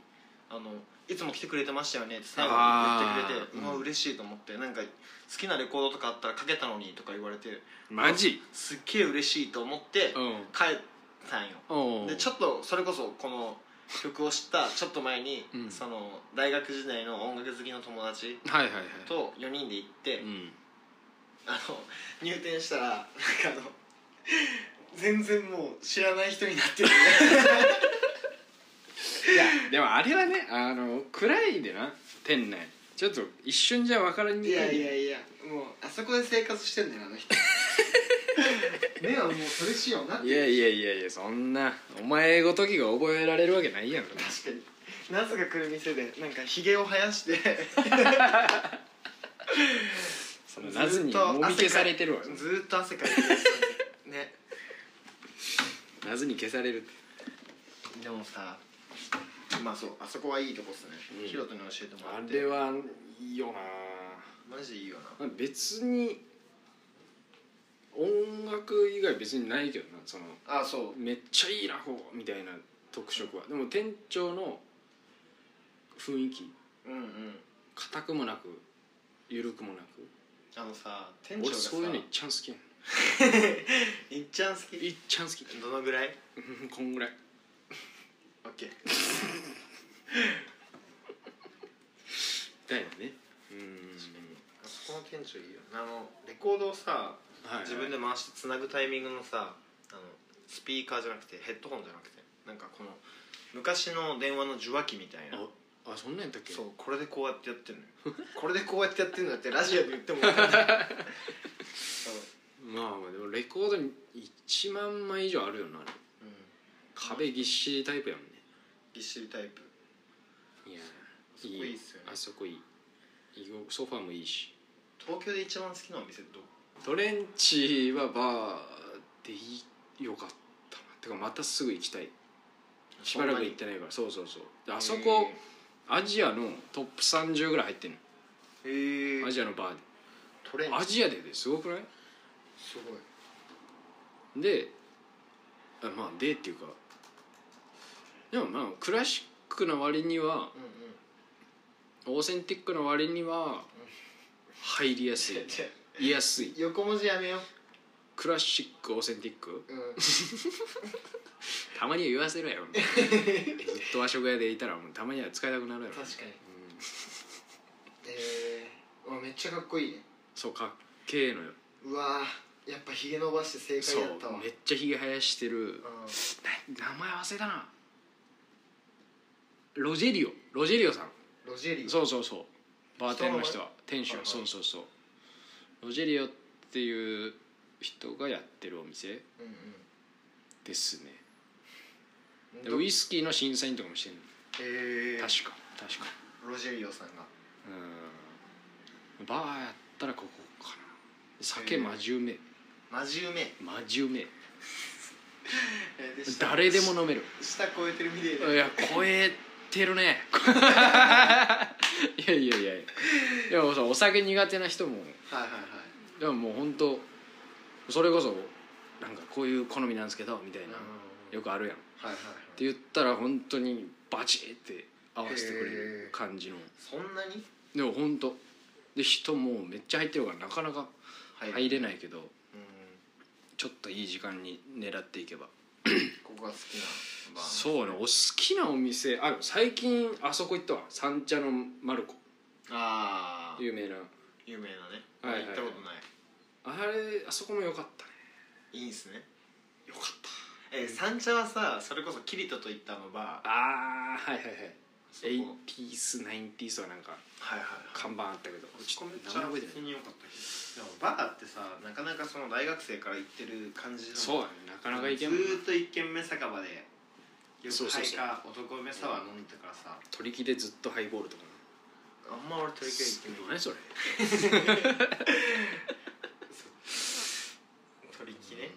Speaker 2: あの「いつも来てくれてましたよね」って最後に言
Speaker 4: あー
Speaker 2: ってくれて
Speaker 4: うん
Speaker 2: うわ嬉しいと思ってなんか好きなレコードとかあったらかけたのにとか言われて
Speaker 4: マジ
Speaker 2: すっげえ嬉しいと思って
Speaker 4: うん
Speaker 2: 帰ったんよ
Speaker 4: お
Speaker 2: でちょっとそれこそこの曲を知ったちょっと前に、
Speaker 4: うん
Speaker 2: その大学時代の音楽好きの友達
Speaker 4: はいはいはい
Speaker 2: と4人で行って、
Speaker 4: うん
Speaker 2: あの入店したらなんかあの全然もう知らない人になってるね
Speaker 4: いや でもあれはねあの暗いでな店内ちょっと一瞬じゃ分からにくい
Speaker 2: いやいやいやもうあそこで生活してんだよあの人ねはもうそれ仕様になって
Speaker 4: い
Speaker 2: る
Speaker 4: やいやいやいやそんなお前ごときが覚えられるわけないやんか
Speaker 2: 確かに夏が来る店でなんかひげを生やして
Speaker 4: その ナズにもみ消されてるわ
Speaker 2: ずーっと汗かいてるやつね
Speaker 4: ナズに消されるって
Speaker 2: でもさまあそうあそこはいいとこっすね、
Speaker 4: うん
Speaker 2: ヒロトに教えてもら
Speaker 4: あ
Speaker 2: って
Speaker 4: れはいいよ
Speaker 2: マジでいいよな
Speaker 4: な別に音楽以外別にないけどなその
Speaker 2: あそう
Speaker 4: めっちゃいいラフォーみたいな特色はでも店長の雰囲気
Speaker 2: うんうん
Speaker 4: 硬くもなく緩くもなく
Speaker 2: あのさ店長
Speaker 4: 俺
Speaker 2: がさ
Speaker 4: そういうのいっちゃん好きやん
Speaker 2: いっちゃん好
Speaker 4: い
Speaker 2: き
Speaker 4: っちゃん好き
Speaker 2: どのぐらい
Speaker 4: うんこんぐらい
Speaker 2: オッケー
Speaker 4: だよねうん
Speaker 2: あそこの店長いいよなあのレコードをさ
Speaker 4: はいはい
Speaker 2: 自分で回してつなぐタイミングのさあのスピーカーじゃなくてヘッドホンじゃなくてなんかこの昔の電話の受話器みたいな
Speaker 4: ああそんなんやったっけ
Speaker 2: そうこれでこうやってやってるのよ これでこうやってやってるのだってラジオで言っても分かん ないそう
Speaker 4: まあまあでもレコードに1万枚以上あるよなあれ
Speaker 2: うん
Speaker 4: 壁ぎっしりタイプやもんね
Speaker 2: ぎっしりタイプ
Speaker 4: いや
Speaker 2: そこいいっすよね
Speaker 4: あそこいい居心ソファーもいいし
Speaker 2: 東京で一番好きなお店どこ
Speaker 4: トレンチはバーでいいよかったなてかまたすぐ行きたいしばらく行ってないからそうそうそうであそこアジアのトップ30ぐらい入ってん
Speaker 2: へえ
Speaker 4: のアジアのバーで
Speaker 2: トレン
Speaker 4: ア
Speaker 2: チ
Speaker 4: ジアでですごくない
Speaker 2: すごい
Speaker 4: であまあでっていうかでもまあクラシックな割には
Speaker 2: うんうん
Speaker 4: オーセンティックな割には入りやすい居やすい
Speaker 2: 横文字やめよ
Speaker 4: クラシックオーセンティック
Speaker 2: う、 うん、
Speaker 4: たまには言わせるやろずっと和食屋でいたらもうたまには使いたくなるやろ、
Speaker 2: 確かに
Speaker 4: うん
Speaker 2: えー、うわめっちゃかっこいいね
Speaker 4: そうかっけえのよ
Speaker 2: うわーやっぱひげ伸ばして正
Speaker 4: そう
Speaker 2: 解だったわ
Speaker 4: めっちゃひげ生やしてる
Speaker 2: うん
Speaker 4: な名前忘れたなロジェリオロジェリオさん
Speaker 2: ロジェリー
Speaker 4: そうそうそうバーテンの人は店主
Speaker 2: はいはい
Speaker 4: そうそうそうロジェリオっていう人がやってるお店
Speaker 2: うん
Speaker 4: ですね
Speaker 2: うん
Speaker 4: で
Speaker 2: ど
Speaker 4: ウイスキーの審査員とかもしてる
Speaker 2: えー、
Speaker 4: 確か確か
Speaker 2: ロジェリオさんが
Speaker 4: うんバーやったらここかな酒真面目
Speaker 2: マジうめ
Speaker 4: 真面目
Speaker 2: えーで下
Speaker 4: 誰でも飲める
Speaker 2: 下超えてるみたいない
Speaker 4: や超えてるね いやいやいやいやでもさお酒苦手な人も
Speaker 2: はいはいはい
Speaker 4: でももう本当それこそなんかこういう好みなんですけどみたい
Speaker 2: うん
Speaker 4: な
Speaker 2: はい
Speaker 4: よくあるやんっ
Speaker 2: はいはい
Speaker 4: て言ったら本当にバチって合わせてくれ
Speaker 2: へ
Speaker 4: る
Speaker 2: ー
Speaker 4: 感じの
Speaker 2: そんなに
Speaker 4: でも本当で人もめっちゃ入ってるからなかなか
Speaker 2: は
Speaker 4: 入れないけど
Speaker 2: うん
Speaker 4: ちょっといい時間に狙っていけば
Speaker 2: ここが好きなバー
Speaker 4: そうねお好きなお店あでも最近あそこ行ったわ三茶のマルコ
Speaker 2: ああ
Speaker 4: 有名な
Speaker 2: 有名なね
Speaker 4: はいはい
Speaker 2: 行ったことない
Speaker 4: あれあそこも良かったね
Speaker 2: いいんすね
Speaker 4: 良かった
Speaker 2: えー、三茶はさそれこそキリトと行ったのバー
Speaker 4: ああはいはいはい
Speaker 2: そこ
Speaker 4: 80s、90s はなんか
Speaker 2: はいはいはい
Speaker 4: 看板あったけど
Speaker 2: ち
Speaker 4: ち
Speaker 2: ょ
Speaker 4: ょ
Speaker 2: っ
Speaker 4: っ
Speaker 2: とめっ
Speaker 4: と
Speaker 2: ちゃ
Speaker 4: 名前覚えて
Speaker 2: 普通
Speaker 4: ない
Speaker 2: に良かったけどでもバーってさなかなかその大学生から行ってる感じ
Speaker 4: そう
Speaker 2: う
Speaker 4: だねなかなかいけん
Speaker 2: ず
Speaker 4: もん
Speaker 2: ーっと一軒目酒場でよ
Speaker 4: そう
Speaker 2: く
Speaker 4: そう
Speaker 2: 配
Speaker 4: そう
Speaker 2: 下男目サワー飲んでたからさ
Speaker 4: 取り木でずっとハイボールとか
Speaker 2: あんま俺取り替え行ってな
Speaker 4: 何
Speaker 2: い
Speaker 4: それ
Speaker 2: 取り木ね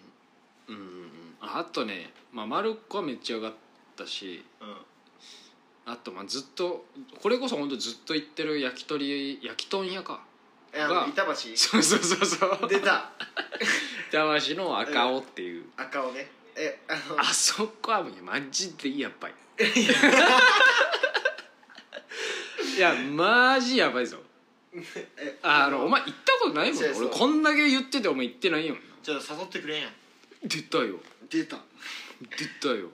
Speaker 4: うんうんうんああとね、まあ、マルコはめっちゃ良かったし
Speaker 2: うん
Speaker 4: あとまあずっとこれこそ本当ずっと行ってる焼き鳥焼き豚屋か
Speaker 2: えあ
Speaker 4: バ
Speaker 2: の
Speaker 4: ー
Speaker 2: 板
Speaker 4: そうそうそうそう
Speaker 2: 橋出た
Speaker 4: 板橋の赤尾っていう、
Speaker 2: 赤尾ねえあの
Speaker 4: あそこはマジでやばいいやマジやばいぞ
Speaker 2: え
Speaker 4: あのお前行ったことないもん
Speaker 2: そうそう
Speaker 4: 俺こんだけ言っててお前行ってないよ
Speaker 2: ちょっと誘ってくれんやん
Speaker 4: 出たよ
Speaker 2: 出た
Speaker 4: 出たよ、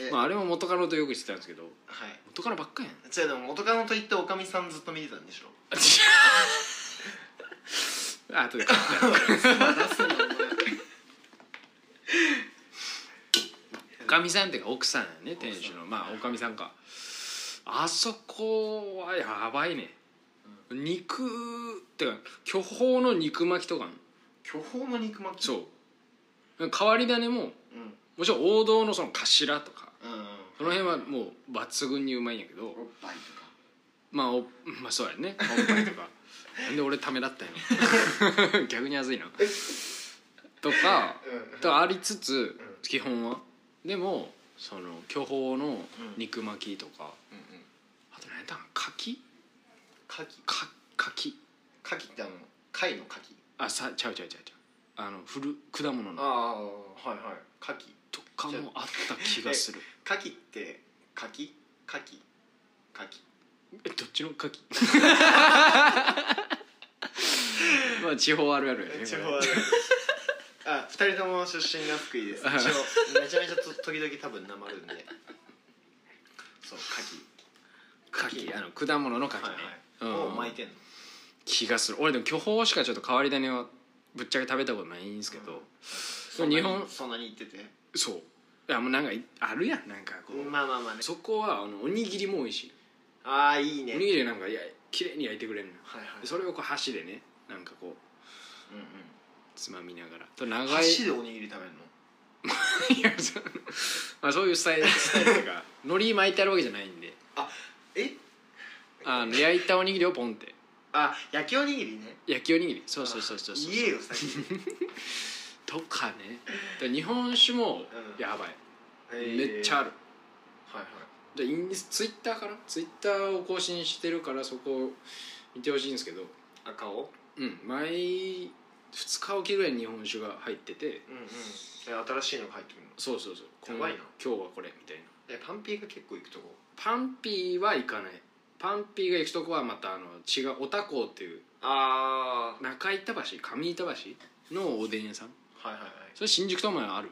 Speaker 2: え、
Speaker 4: まあ、あれも元カノとよくしてたんですけど
Speaker 2: はい
Speaker 4: 元カノばっか やん
Speaker 2: じゃあでも元カノと言っておかみさんずっと見てたんでしょ
Speaker 4: あとで買った
Speaker 2: 出すのお前
Speaker 4: おかみさんっていうか奥さんやね店主のまあおかみさんかあそこはやばいね肉ってか巨峰の肉巻きとかん
Speaker 2: 巨峰の肉巻き
Speaker 4: そう変わり種も
Speaker 2: うん
Speaker 4: もちろん王道のその頭とか
Speaker 2: うんうん
Speaker 4: その辺はもう抜群にうまいんやけど
Speaker 2: おっぱいとか
Speaker 4: まあお まあそうやねおっぱいと かなんで俺ためらったんやろ 逆に恥ずいなとか
Speaker 2: うん
Speaker 4: とありつつ基本はでもその巨峰の肉巻きとか
Speaker 2: うんうん
Speaker 4: あと何やったん柿
Speaker 2: カキ
Speaker 4: か柿
Speaker 2: カキってあの貝のカキ
Speaker 4: あさちゃうちゃうちゃうちゃうあのふる果物
Speaker 2: あ
Speaker 4: の
Speaker 2: あはいはいカキ
Speaker 4: とかもあった気がする
Speaker 2: カキってカキカキカキ
Speaker 4: えどっちの柿 まあ地方あるあるやねこれ
Speaker 2: 地方ある あ二人とも出身が福井 です一応めちゃめちゃと時々多分なまるんでそうカキ
Speaker 4: 柿あの果物の柿ね、
Speaker 2: はいはい、
Speaker 4: う
Speaker 2: を
Speaker 4: ん
Speaker 2: 巻いてんの
Speaker 4: 気がする俺でも巨峰しかちょっと変わり種はぶっちゃけ食べたことないんですけど、
Speaker 2: そんなに
Speaker 4: 日本
Speaker 2: そんなに言ってて
Speaker 4: そういやもうなんかいあるやんなんかこう、
Speaker 2: まあまあまあね
Speaker 4: そこはあのおにぎりも美味し
Speaker 2: ああいい
Speaker 4: い
Speaker 2: ね
Speaker 4: おにぎりなんかいや綺麗に焼いてくれるのよ
Speaker 2: はいは
Speaker 4: で
Speaker 2: い
Speaker 4: それをこう箸でねなんかこう
Speaker 2: うんうん
Speaker 4: つまみながらと長い
Speaker 2: 箸でおにぎり食べるの
Speaker 4: いやその まあ、そういうスタイルスタイルってい うか海苔巻いてあるわけじゃないんで
Speaker 2: え
Speaker 4: あの焼いたおにぎりをポンって
Speaker 2: あ焼きおにぎりね
Speaker 4: 焼きおにぎりそうそうそうそうそう
Speaker 2: 言えよ先 に
Speaker 4: とかねで日本酒も
Speaker 2: うん
Speaker 4: やばい、めっちゃある
Speaker 2: はいはい
Speaker 4: でインスツイッターからツイッターを更新してるからそこを見てほしいんですけど
Speaker 2: 赤を
Speaker 4: うん毎2日おきぐらいに日本酒が入ってて
Speaker 2: うんうんで新しいのが入ってくるの
Speaker 4: そうそうそうこの
Speaker 2: やばいな
Speaker 4: 今日はこれみたいな
Speaker 2: えパンピーが結構行くとこ
Speaker 4: パンピーは行かないパンピーが行くとこはまたあの違うおたこうっていう
Speaker 2: あ
Speaker 4: 中板橋上板橋のおでん屋さん
Speaker 2: あはいはいはい
Speaker 4: それ新宿ともある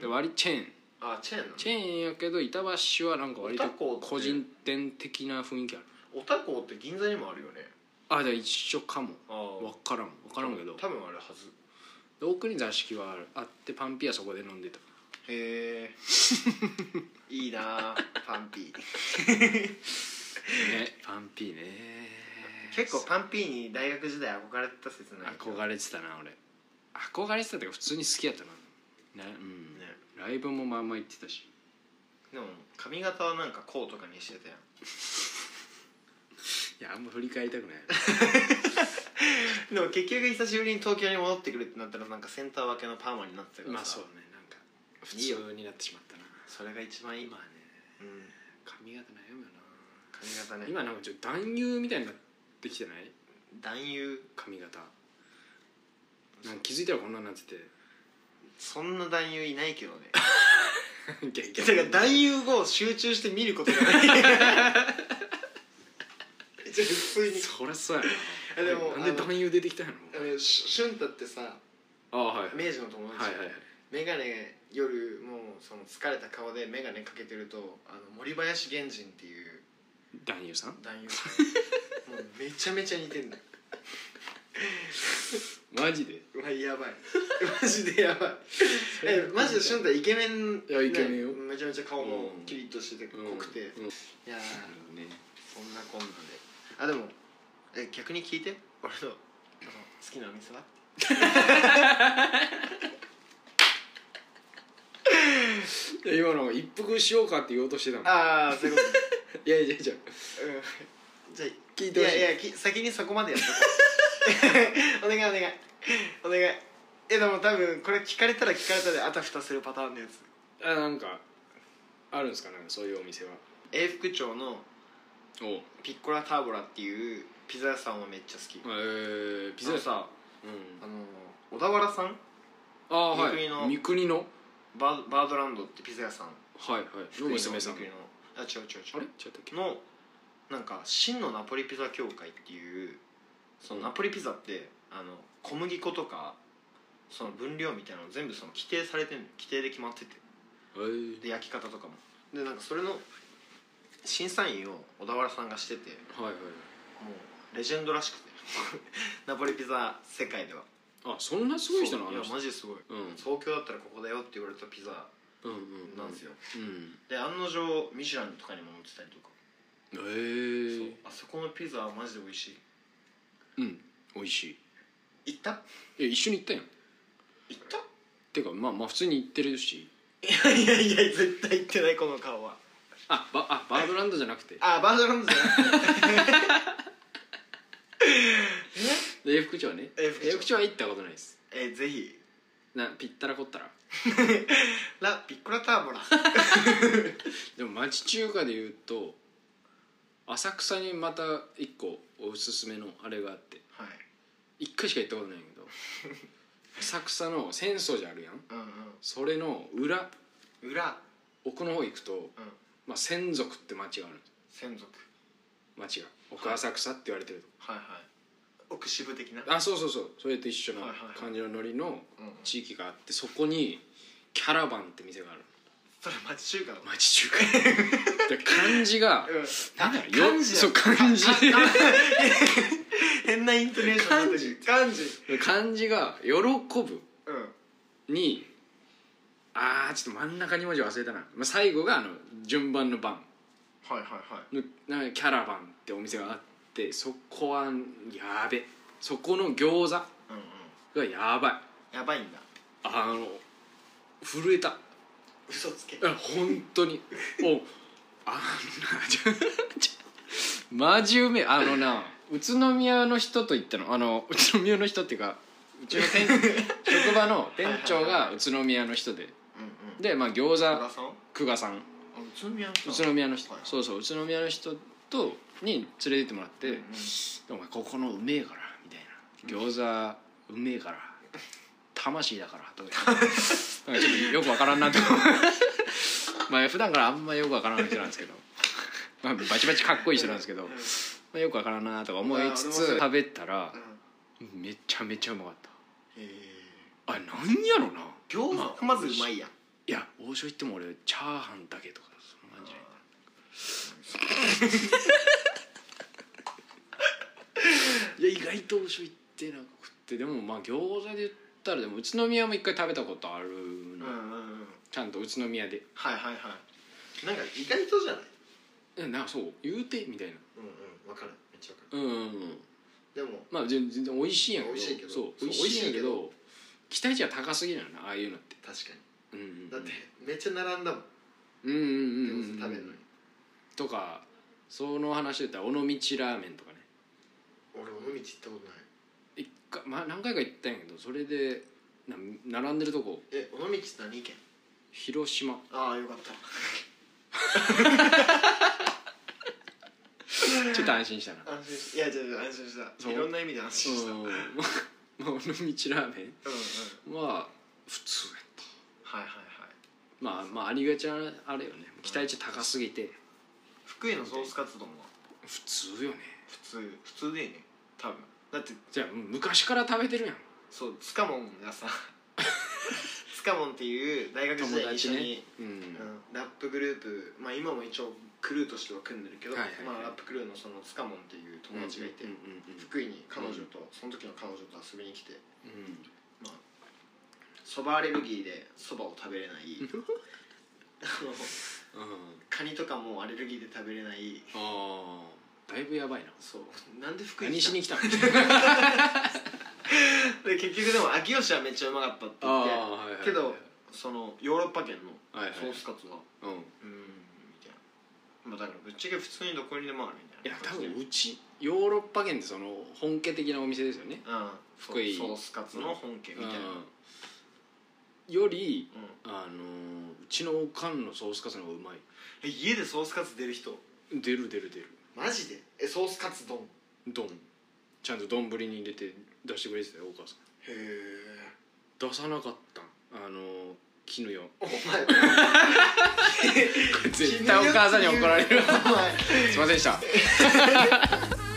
Speaker 4: で割チェーン
Speaker 2: あチェーンなの
Speaker 4: チェーンやけど板橋はなんか割と
Speaker 2: おたこって
Speaker 4: 個人店的な雰囲気ある
Speaker 2: おたこって銀座にもあるよね
Speaker 4: あじゃあ一緒かも
Speaker 2: ああ
Speaker 4: 分からん分からんけど
Speaker 2: 多分あるはず
Speaker 4: で奥に座敷はあってパンピーはそこで飲んでた
Speaker 2: へえ いいなあパンピー
Speaker 4: ね パンピーね
Speaker 2: 結構パンピーに大学時代憧れてた説ない
Speaker 4: 憧れてたな俺憧れてたっていうか普通に好きやったなねうん
Speaker 2: ね
Speaker 4: ライブもまあまあ行ってたし
Speaker 2: でも髪型はなんかこうとかにしてたやん
Speaker 4: いやあんま振り返りたくない
Speaker 2: でも結局久しぶりに東京に戻ってくるってなったらなんかセンター分けのパーマになってたから
Speaker 4: まあ
Speaker 2: さ
Speaker 4: そうねなんか普通になってしまったな
Speaker 2: それが一番いい、
Speaker 4: 今ね
Speaker 2: うん、
Speaker 4: 髪型悩むよ
Speaker 2: 髪型
Speaker 4: な
Speaker 2: ね
Speaker 4: 今なんかちょっと男優みたいになってきてない
Speaker 2: 男優
Speaker 4: 髪型なんか気 づいたらこんなんなってて
Speaker 2: そんな男優いないけど ね
Speaker 4: 逆
Speaker 2: だ
Speaker 4: に
Speaker 2: から男優を集中して見ることがないじゃあ普通に
Speaker 4: そりゃそうやな
Speaker 2: でも
Speaker 4: なんで男優出てきたんや
Speaker 2: あ
Speaker 4: ろ
Speaker 2: のし俊太ってさ
Speaker 4: ああはい
Speaker 2: 明治の友
Speaker 4: はい
Speaker 2: 達、
Speaker 4: はいはい
Speaker 2: メガネ夜もうその疲れた顔でメガネかけてるとあの森林源人っていう
Speaker 4: 男優さん
Speaker 2: 男優さ んもうめちゃめちゃ似てんだよ
Speaker 4: マジで
Speaker 2: うわや ばいマジでやばいえマジで俊太イケメン
Speaker 4: いやイケメンよ
Speaker 2: ねめちゃめちゃ顔も
Speaker 4: うん
Speaker 2: キリッとしてて濃くて、
Speaker 4: うんうん
Speaker 2: いやー
Speaker 4: ね
Speaker 2: そんなこんなであでもえ逆に聞いて俺のあの好きなお店は
Speaker 4: いや今の一服しようかって言おうとしてたの
Speaker 2: ああそういうこと
Speaker 4: いやいやいや
Speaker 2: うん じゃあ
Speaker 4: 聞いてほしい
Speaker 2: やいやき先にそこまでやっとこう お願いお願いお願いえでも多分これ聞かれたら聞かれたであたふたするパターンのやつ
Speaker 4: あなんかあるんですかなんかそういうお店は
Speaker 2: 永福町の
Speaker 4: お
Speaker 2: ピッコラターボラっていうピザ屋さんはめっちゃ好き
Speaker 4: えー、ピザ
Speaker 2: あ
Speaker 4: 屋
Speaker 2: の
Speaker 4: さん
Speaker 2: さ
Speaker 4: うん
Speaker 2: あの小田原さん
Speaker 4: ああは
Speaker 2: 三国の
Speaker 4: い三国の
Speaker 2: バーバードランドってピザ屋さん
Speaker 4: はいはいの娘さんあ
Speaker 2: 福井
Speaker 4: れ
Speaker 2: のあ違う違う違う
Speaker 4: 違ったっけ
Speaker 2: のなんか真のナポリピザ協会っていうそのナポリピザってあの小麦粉とかその分量みたいなの全部その規定されてる規定で決まってて
Speaker 4: えー
Speaker 2: で焼き方とかもでなんかそれの審査員を小田原さんがしてても
Speaker 4: はいはいう
Speaker 2: レジェンドらしくて ナポリピザ世界では
Speaker 4: あそんなすごい人な
Speaker 2: そう
Speaker 4: のあ
Speaker 2: いや
Speaker 4: の人
Speaker 2: マジですごい
Speaker 4: うん
Speaker 2: 東京だったらここだよって言われたピザ
Speaker 4: うんうん
Speaker 2: なんですよ
Speaker 4: うん
Speaker 2: で案の定ミシュランとかにも載ってたりとか
Speaker 4: え
Speaker 2: そう
Speaker 4: ー、
Speaker 2: あそこのピザはマジで美味し
Speaker 4: うん美味し
Speaker 2: い行った
Speaker 4: いいや一緒に行ったやん
Speaker 2: 行った
Speaker 4: てかまあまあ普通に行ってるし
Speaker 2: いやいや絶対言ってないこの顔は
Speaker 4: あバあバードランドじゃなくて
Speaker 2: あバードランドじゃなくて
Speaker 4: で永福町ね
Speaker 2: 永福町
Speaker 4: 永福町は行ったことないです
Speaker 2: えー、ぜひ
Speaker 4: なピッタラコッタラ
Speaker 2: ラ・ピッコラターボラ
Speaker 4: でも町中華で言うと浅草にまた一個おすすめのあれがあって
Speaker 2: はい
Speaker 4: 一回しか行ったことないんや けど浅草の浅草寺あるやん
Speaker 2: うん
Speaker 4: それの裏
Speaker 2: うん裏
Speaker 4: 奥の方行くと、
Speaker 2: うん
Speaker 4: まあ、専属って町がある
Speaker 2: 専属
Speaker 4: 町が奥浅草って言われてると
Speaker 2: はいはい奥渋的な
Speaker 4: こあそうそうそうそれと一緒の
Speaker 2: はいはいはい
Speaker 4: 感じのノリの
Speaker 2: うんうん
Speaker 4: 地域があってそこにキャラバンって店がある
Speaker 2: それ町中華の
Speaker 4: 町 中華で漢字 が
Speaker 2: うん
Speaker 4: なんだろう
Speaker 2: 漢
Speaker 4: よ
Speaker 2: 字だ
Speaker 4: そう漢 字
Speaker 2: かか 変なイントネーションになってる漢字
Speaker 4: 漢字が「喜ぶ
Speaker 2: うん」
Speaker 4: にあーちょっと真ん中2文字忘れたな、まあ、最後があの順番の番
Speaker 2: はいはいは
Speaker 4: のなんかキャラバンってお店があってそこはやべそこの餃子
Speaker 2: いうんうん
Speaker 4: がやばい
Speaker 2: やばいんだ
Speaker 4: あの震えた
Speaker 2: 嘘つけ
Speaker 4: え本当におあのなちょちょマジうめえあのな宇都宮の人と言ったのあの宇都宮の人っていうかうちの店職場の店長が宇都宮の人で
Speaker 2: うんうん
Speaker 4: でまあ餃
Speaker 2: 小田
Speaker 4: 子
Speaker 2: さんあ
Speaker 4: 久我さん
Speaker 2: 宇都宮の人
Speaker 4: 宇都宮の人
Speaker 2: はい
Speaker 4: そうそう宇都宮の人とに連れてってもらって
Speaker 2: うん
Speaker 4: 「お前ここのうめえから」みたいな「餃子うめえから」魂だからとか言って なんかちょっとよくわからんなと思うまあ普段からあんまよくわからん人なんですけど、まあ、バチバチかっこいい人なんですけど、まあ、よくわからんなとか思いつ
Speaker 2: あー
Speaker 4: つ
Speaker 2: でも
Speaker 4: 食べたら
Speaker 2: うん
Speaker 4: めちゃめちゃうまかっ
Speaker 2: へえ
Speaker 4: たあれなんやろな
Speaker 2: 餃子まずうまいやん
Speaker 4: いや王将行っても俺チャーハンだけとかそんな感じいや意外と面白いってなくってでもまあ餃子で言ったらでも宇都宮も一回食べたことある
Speaker 2: うん
Speaker 4: の、
Speaker 2: うんうん
Speaker 4: ちゃんと宇都宮で
Speaker 2: はいはいはいなんか意外とじゃない
Speaker 4: えなんかそう言うてみたいな
Speaker 2: うんうんわかるめっちゃわか
Speaker 4: うんうんうん
Speaker 2: るでも
Speaker 4: まあ全全然美味しいんやけど
Speaker 2: 美味しいけど
Speaker 4: そう
Speaker 2: そう
Speaker 4: 美味しいんやけ
Speaker 2: 美味
Speaker 4: ど期待値が高すぎるよなああいうのって
Speaker 2: 確か
Speaker 4: うんうんうん
Speaker 2: にだってめっちゃ並んだもん
Speaker 4: うんうんうんうん
Speaker 2: 餃子食べるのに
Speaker 4: とかその話で言ったら尾道ラーメンとかね
Speaker 2: 俺尾道行ったことない
Speaker 4: 一回、まあ、何回か行ったんやけどそれでな並んでるとこ
Speaker 2: え尾道って何県
Speaker 4: 広島
Speaker 2: ああよかった
Speaker 4: ちょっと安心したな
Speaker 2: 安心したいやじゃあ安心した
Speaker 4: そう
Speaker 2: いろんな意味で安心したうんうん
Speaker 4: うん まあ尾道ラーメンは普通やった
Speaker 2: はいはいはい
Speaker 4: まあまあありがちなあれよね期待値高すぎて
Speaker 2: 福井のソースカツ丼は
Speaker 4: 普通よね
Speaker 2: 普通普通でいいね多分だって
Speaker 4: じゃあもう昔から食べてるやん
Speaker 2: そうつかもん がさつかもんっていう大学時
Speaker 4: 友
Speaker 2: 代一
Speaker 4: 達
Speaker 2: 緒
Speaker 4: ね
Speaker 2: に、
Speaker 4: うん、
Speaker 2: うんラップグループ、まあ、今も一応クルーとしては組んでるけど、
Speaker 4: はいはいはい
Speaker 2: まあ、ラップクルーのそのつかもんっていう友達がいて、
Speaker 4: うんうん
Speaker 2: 福井に彼女と、その時の彼女と遊びに来て
Speaker 4: うんうん
Speaker 2: そばアレルギーでそばを食 べれないあの
Speaker 4: うん
Speaker 2: カニとかもアレルギーで食べれない
Speaker 4: ああだいぶやばいな
Speaker 2: そうなんで福井
Speaker 4: 何
Speaker 2: 来
Speaker 4: した
Speaker 2: の
Speaker 4: に来 たの
Speaker 2: で結局でも秋吉はめっちゃうまかったって言って
Speaker 4: あはいはいはい
Speaker 2: けどそのヨーロッパ圏の
Speaker 4: はいはい
Speaker 2: ソースカツは、
Speaker 4: うん
Speaker 2: うーんみたいなまあだからぶっちゃけ普通にどこにでもあるみた
Speaker 4: い
Speaker 2: い
Speaker 4: や
Speaker 2: な
Speaker 4: 多
Speaker 2: 感じで
Speaker 4: 分うちヨーロッパ圏ってその本家的なお店ですよね
Speaker 2: うん
Speaker 4: 福井
Speaker 2: ソースカツの本家みたいな、
Speaker 4: うんより
Speaker 2: うん
Speaker 4: あのーうちのおかんのソースカツの方がうまい
Speaker 2: え家でソースカツ出る人
Speaker 4: 出る出る出る
Speaker 2: マジでえソースカツ丼へ
Speaker 4: 丼ちゃんと丼に入れて出してくれてたよお母さ
Speaker 2: え
Speaker 4: ん出さなかったんあのー絹よ
Speaker 2: お前
Speaker 4: 絶対お母さんに怒られる
Speaker 2: お前
Speaker 4: すいませんでした